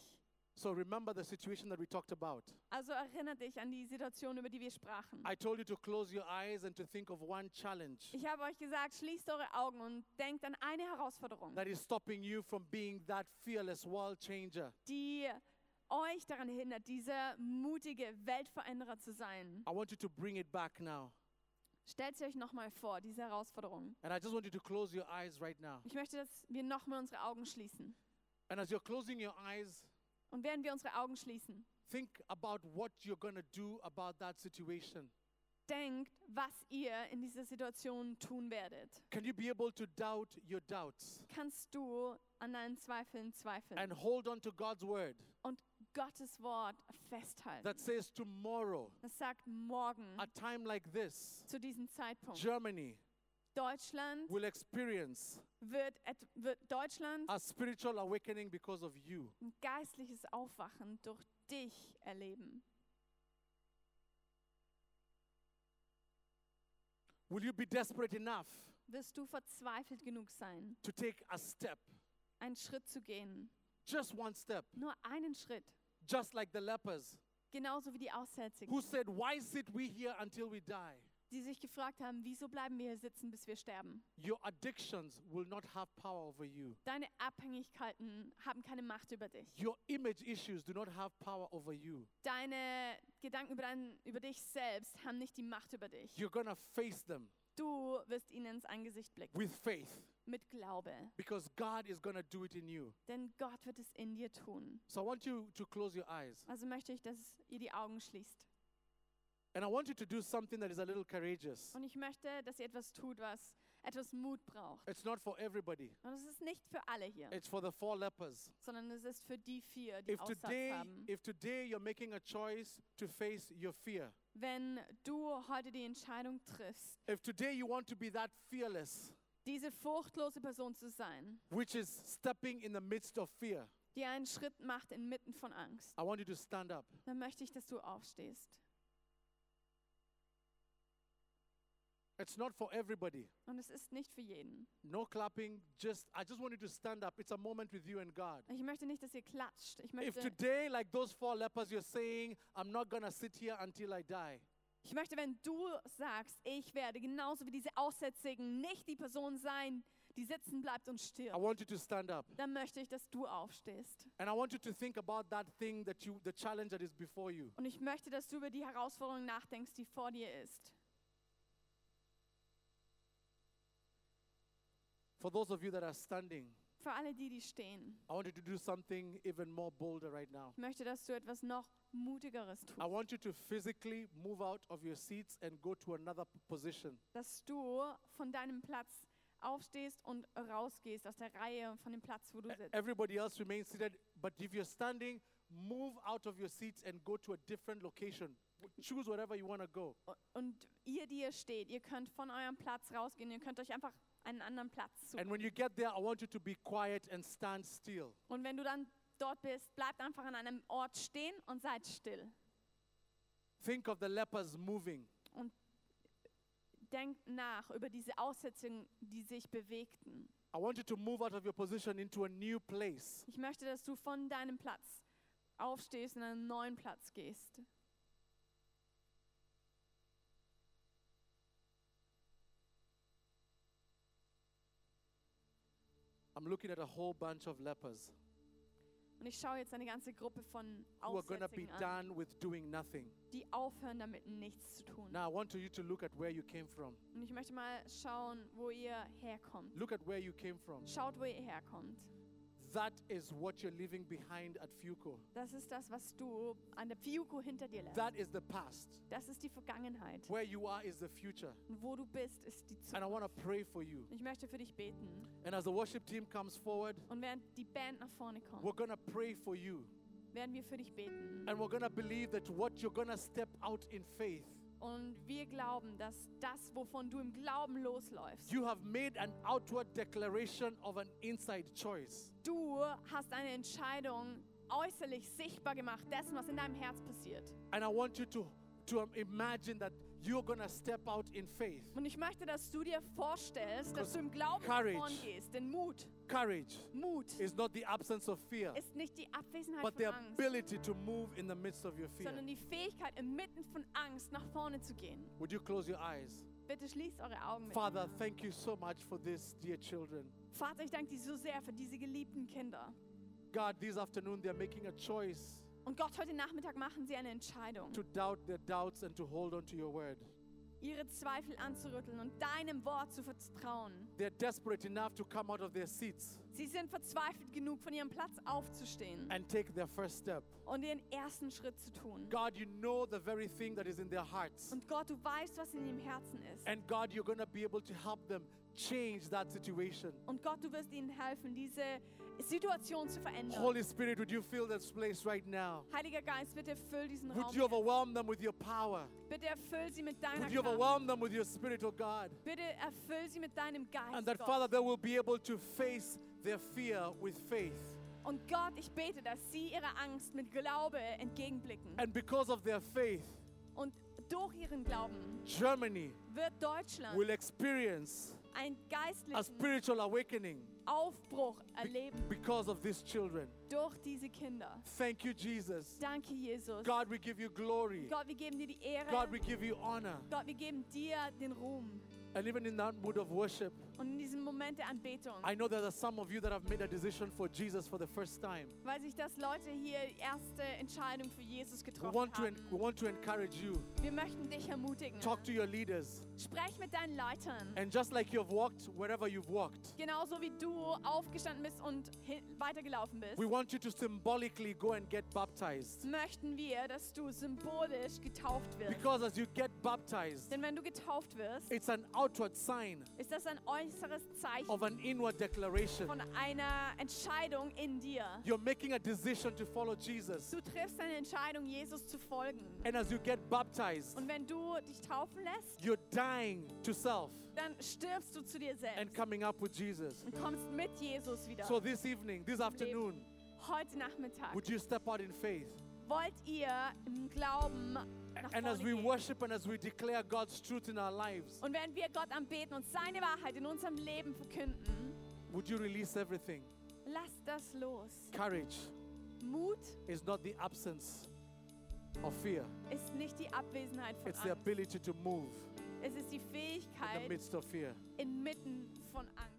So remember the situation that we talked about.
Also erinnere dich an die Situation, über die wir sprachen.
I told you to close your eyes and to think of one challenge
Ich habe euch gesagt, schließt eure Augen und denkt an eine Herausforderung.
that is stopping you from being that fearless world changer.
die euch daran hindert, dieser mutige Weltveränderer zu sein.
I want you to bring it back now.
Stellt sie euch nochmal vor, diese Herausforderung.
And I just want you to close your eyes right now.
Ich möchte, dass wir nochmal unsere Augen schließen.
And as you're closing your eyes,
Und während wir unsere Augen schließen,
Think about what you're going to do about that situation.
denkt, was ihr in dieser Situation tun werdet.
Can you be able to doubt your doubts
Kannst du an deinen Zweifeln zweifeln
and hold on to God's word
und Gottes Wort festhalten.
that says tomorrow,
Das sagt morgen
a time like this,
zu diesem Zeitpunkt.
Germany
Deutschland
will experience
wird, et- wird Deutschland
a spiritual awakening because of you.
ein geistliches Aufwachen durch dich erleben.
Will you be desperate enough
Wirst du verzweifelt genug sein,
to take a step,
einen Schritt zu gehen?
just one step,
Nur einen Schritt.
just like the lepers
Genauso wie die Aussätzigen,
who said, Why sit we here until we die?
die sich gefragt haben, wieso bleiben wir hier sitzen, bis wir sterben?
Your addictions will not have power over you.
Deine Abhängigkeiten haben keine Macht über dich.
Your image issues do not have power over you.
Deine Gedanken über, dein, über dich selbst haben nicht die Macht über dich.
You're going to face them
Du wirst ihnen ins Angesicht blicken.
with faith
Mit Glaube.
because God is going to do it in you.
Denn Gott wird es in dir tun.
So I want you to close your eyes
Also möchte ich, dass ihr die Augen schließt.
and I want you to do something that is a little courageous.
Und ich möchte, dass ihr etwas tut, was etwas Mut braucht.
It's not for everybody,
Und es ist nicht für alle hier,
it's for the four lepers.
sondern es ist für die vier, die
If
Aussatz
today,
haben.
if today you're making a choice to face your fear,
Wenn du heute die Entscheidung triffst,
if today you want to be that fearless,
diese furchtlose Person zu sein,
which is stepping in the midst of fear,
die einen Schritt macht inmitten von Angst,
I want you to stand up.
dann möchte ich, dass du aufstehst.
It's not for everybody.
Und es ist nicht für jeden.
No clapping, just I just want you to stand up. It's a moment with you and God.
Ich möchte nicht, dass ihr klatscht. Ich
If
möchte,
today, like those four lepers, you're saying, I'm not gonna sit here until I die,
ich möchte, wenn du sagst, ich werde genauso wie diese Aussätzigen nicht die Person sein, die sitzen bleibt und
I
stirbt,
want you to stand up.
dann möchte ich, dass du aufstehst.
And I want you to think about that thing that you the challenge that is before you.
Und ich möchte, dass du über die Herausforderung nachdenkst, die vor dir ist.
For those of you that are standing,
Für alle die, die stehen.
I want you to do something even more bolder right now.
Ich möchte, dass du etwas noch Mutigeres
I
tust.
want you to physically move out of your seats and go to another p- position.
Dass du von deinem Platz aufstehst und rausgehst aus der Reihe, von dem Platz, wo du
E-
sitzt.
Everybody else remains seated, but if you're standing, move out of your seats and go to a different location. W- Choose wherever you want to go.
Und ihr, die ihr steht, ihr könnt von eurem Platz rausgehen. Ihr könnt euch einfach einen anderen Platz
And
suchen.
when you get there, I want you to be quiet and stand still.
Und wenn du dann dort bist, bleibt einfach an einem Ort stehen und seid still.
Think of the lepers moving.
Denkt nach über diese Aussetzungen, die sich bewegten.
I want you to move out of your position into a new place.
Ich möchte, dass du von deinem Platz aufstehst und an einen neuen Platz gehst.
I'm looking at a whole bunch of lepers
Und ich schaue jetzt eine ganze Gruppe von
who are going to be
Aussätzigen an,
done with doing nothing.
die aufhören damit nichts zu tun.
Now, I want you to look at where you came from.
Und ich möchte mal schauen, wo ihr herkommt.
Look at where you came from.
Schaut, wo ihr herkommt.
That is what you're leaving behind at Fuco.
Das ist das, was du an der Fiuko hinter dir lässt.
That is the past.
Das ist die Vergangenheit.
Where you are is the future.
Und wo du bist, ist die
And I
Zukunft.
want to pray for you.
Und ich möchte für dich beten.
And as the worship team comes forward,
Und während die Band nach vorne kommt,
we're going to pray for you.
werden wir für dich beten.
And we're going to believe that what you're going to step out in faith,
Und wir glauben, dass das, wovon du im Glauben losläufst,
you have made an outward declaration of an inside choice.
du hast eine Entscheidung äußerlich sichtbar gemacht, dessen, was in deinem Herz passiert.
And I want you to, to um, imagine that you're going to step out in faith.
Und ich möchte, dass du dir vorstellst, dass du im Glauben
Courage.
vorangehst. Denn Mut,
Courage
Mut
is not the absence of fear,
ist nicht die Abwesenheit
but
von
the
Angst,
ability to move in the midst of your fear.
sondern die Fähigkeit, inmitten von Angst nach vorne zu gehen.
Would you close your eyes?
Bitte schließt eure Augen mit.
Father, thank you so much for this, dear children.
Vater, ich danke dir so sehr für diese geliebten Kinder.
God, this afternoon they're making a choice
Und Gott, heute Nachmittag machen sie eine Entscheidung,
to doubt their doubts and to hold on to your word.
ihre Zweifel anzurütteln und deinem Wort zu vertrauen.
They're desperate enough to come out of their seats.
Sie sind verzweifelt genug, von ihrem Platz aufzustehen
and take their first step.
und ihren ersten Schritt zu tun.
God, you know the very thing that is in their hearts.
Und Gott, du weißt, was in ihrem Herzen ist.
And God, you're going to be able to help them change that situation.
Und Gott, du wirst ihnen helfen, diese Situation zu verändern.
Holy Spirit, would you fill this place right now?
Heiliger Geist, bitte füll diesen
Would you
Raum.
overwhelm them with your power?
Bitte erfüll sie mit deiner
Would you
Kraft.
overwhelm them with your spirit, oh God?
Bitte erfüll sie mit deinem
And
Geist.
that,
Gott.
Father, they will be able to face their fear with faith.
Und Gott, ich bete, dass sie ihrer Angst mit Glaube entgegenblicken.
And because of their faith,
Und durch ihren Glauben
Germany
wird Deutschland
will experience
einen
a
geistlichen
spiritual awakening
Aufbruch erleben
because of these children.
durch diese Kinder.
Thank you, Jesus.
Danke, Jesus.
God, we give you glory.
Gott, wir geben dir die Ehre.
God, we give you honor.
Gott, wir geben dir den Ruhm.
And even in that mood of worship,
Und in diesem Moment der Anbetung
I know there are some of you that have made a decision for Jesus for the first time.
weiß ich, dass Leute hier die erste Entscheidung für Jesus
We
getroffen
want to, en-
haben.
we want to encourage you.
Wir möchten dich ermutigen.
Talk to your leaders.
Sprech mit deinen Leitern.
And just like you've walked wherever you've walked,
Genauso wie du aufgestanden bist und hin- weitergelaufen bist,
we want you to symbolically go and get baptized.
möchten wir, dass du symbolisch getauft wirst.
Because as you get baptized,
Denn wenn du getauft wirst,
it's an outward sign
ist das ein äußeres Zeichen
of an inward declaration.
von einer Entscheidung in dir.
You're making a decision to follow Jesus.
Du triffst eine Entscheidung, Jesus zu folgen.
And as you get baptized,
Und wenn du dich taufen lässt,
you're dying to self
dann stirbst du zu dir
and
selbst
coming up with Jesus.
und kommst mit Jesus wieder.
So this evening, this afternoon,
Heute Nachmittag
would you step out in faith?
wollt ihr im Glauben nach
And
vorne
as we
gehen.
worship and as we declare God's truth in our lives,
Und während wir Gott anbeten und seine Wahrheit in unserem Leben verkünden,
would you release everything?
lass das los.
Courage
Mut
is not the absence of fear,
ist nicht die Abwesenheit von
it's the
Angst.
ability to move
Es ist die
in the
Fähigkeit
midst of fear.
inmitten von Angst.